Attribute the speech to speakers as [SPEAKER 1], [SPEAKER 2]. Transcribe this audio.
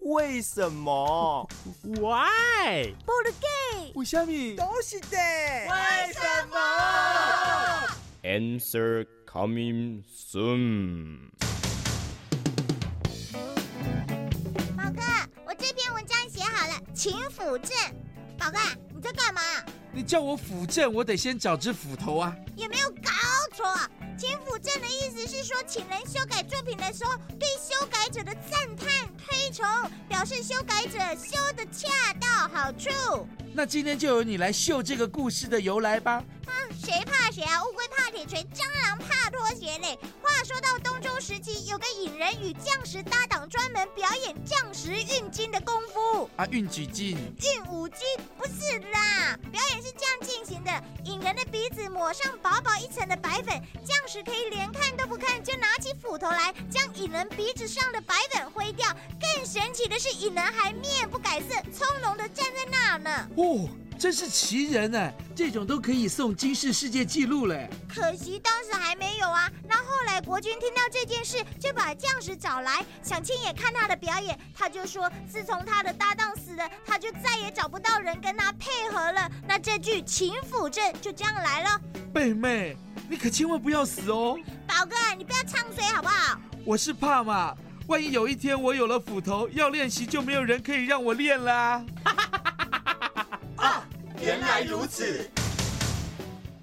[SPEAKER 1] 为什么？
[SPEAKER 2] Why？
[SPEAKER 3] 不如给
[SPEAKER 1] 为什么？
[SPEAKER 4] 都是的。为什么？
[SPEAKER 5] Answer coming soon。
[SPEAKER 3] 宝哥，我这篇文章写好了，请斧正。宝哥，你在干嘛？
[SPEAKER 6] 你叫我斧正，我得先找只斧头啊！
[SPEAKER 3] 有没有搞错？请斧正的意思是说，请人修改作品的时候，对修改者的赞叹、推崇，表示修改者修的恰到好处。
[SPEAKER 6] 那今天就由你来秀这个故事的由来吧。
[SPEAKER 3] 啊，谁怕谁啊？乌龟怕铁锤，蟑螂怕拖鞋嘞。话说到东周时期，有个隐人与将士搭档，专门表演将士运金的功夫。
[SPEAKER 6] 啊，运举进，
[SPEAKER 3] 运舞姬不是啦，表演是这样进行的：引人的鼻子抹上薄薄一层的白粉，将士可以连看都不看，就拿起斧头来将引人鼻子上的白粉挥掉。更神奇的是，引人还面不改色，从容的站在那儿呢。
[SPEAKER 6] 哦，真是奇人啊！这种都可以送金氏世界纪录嘞。
[SPEAKER 3] 可惜当时还没有啊。那后来国军听到这件事，就把将士找来，想亲眼看他的表演。他就说，自从他的搭档死了，他就再也找不到人跟他配合了。那这句秦府镇就这样来了。
[SPEAKER 6] 贝妹，你可千万不要死哦！
[SPEAKER 3] 宝哥，你不要唱衰好不好？
[SPEAKER 6] 我是怕嘛，万一有一天我有了斧头，要练习就没有人可以让我练啦、
[SPEAKER 4] 原来如此。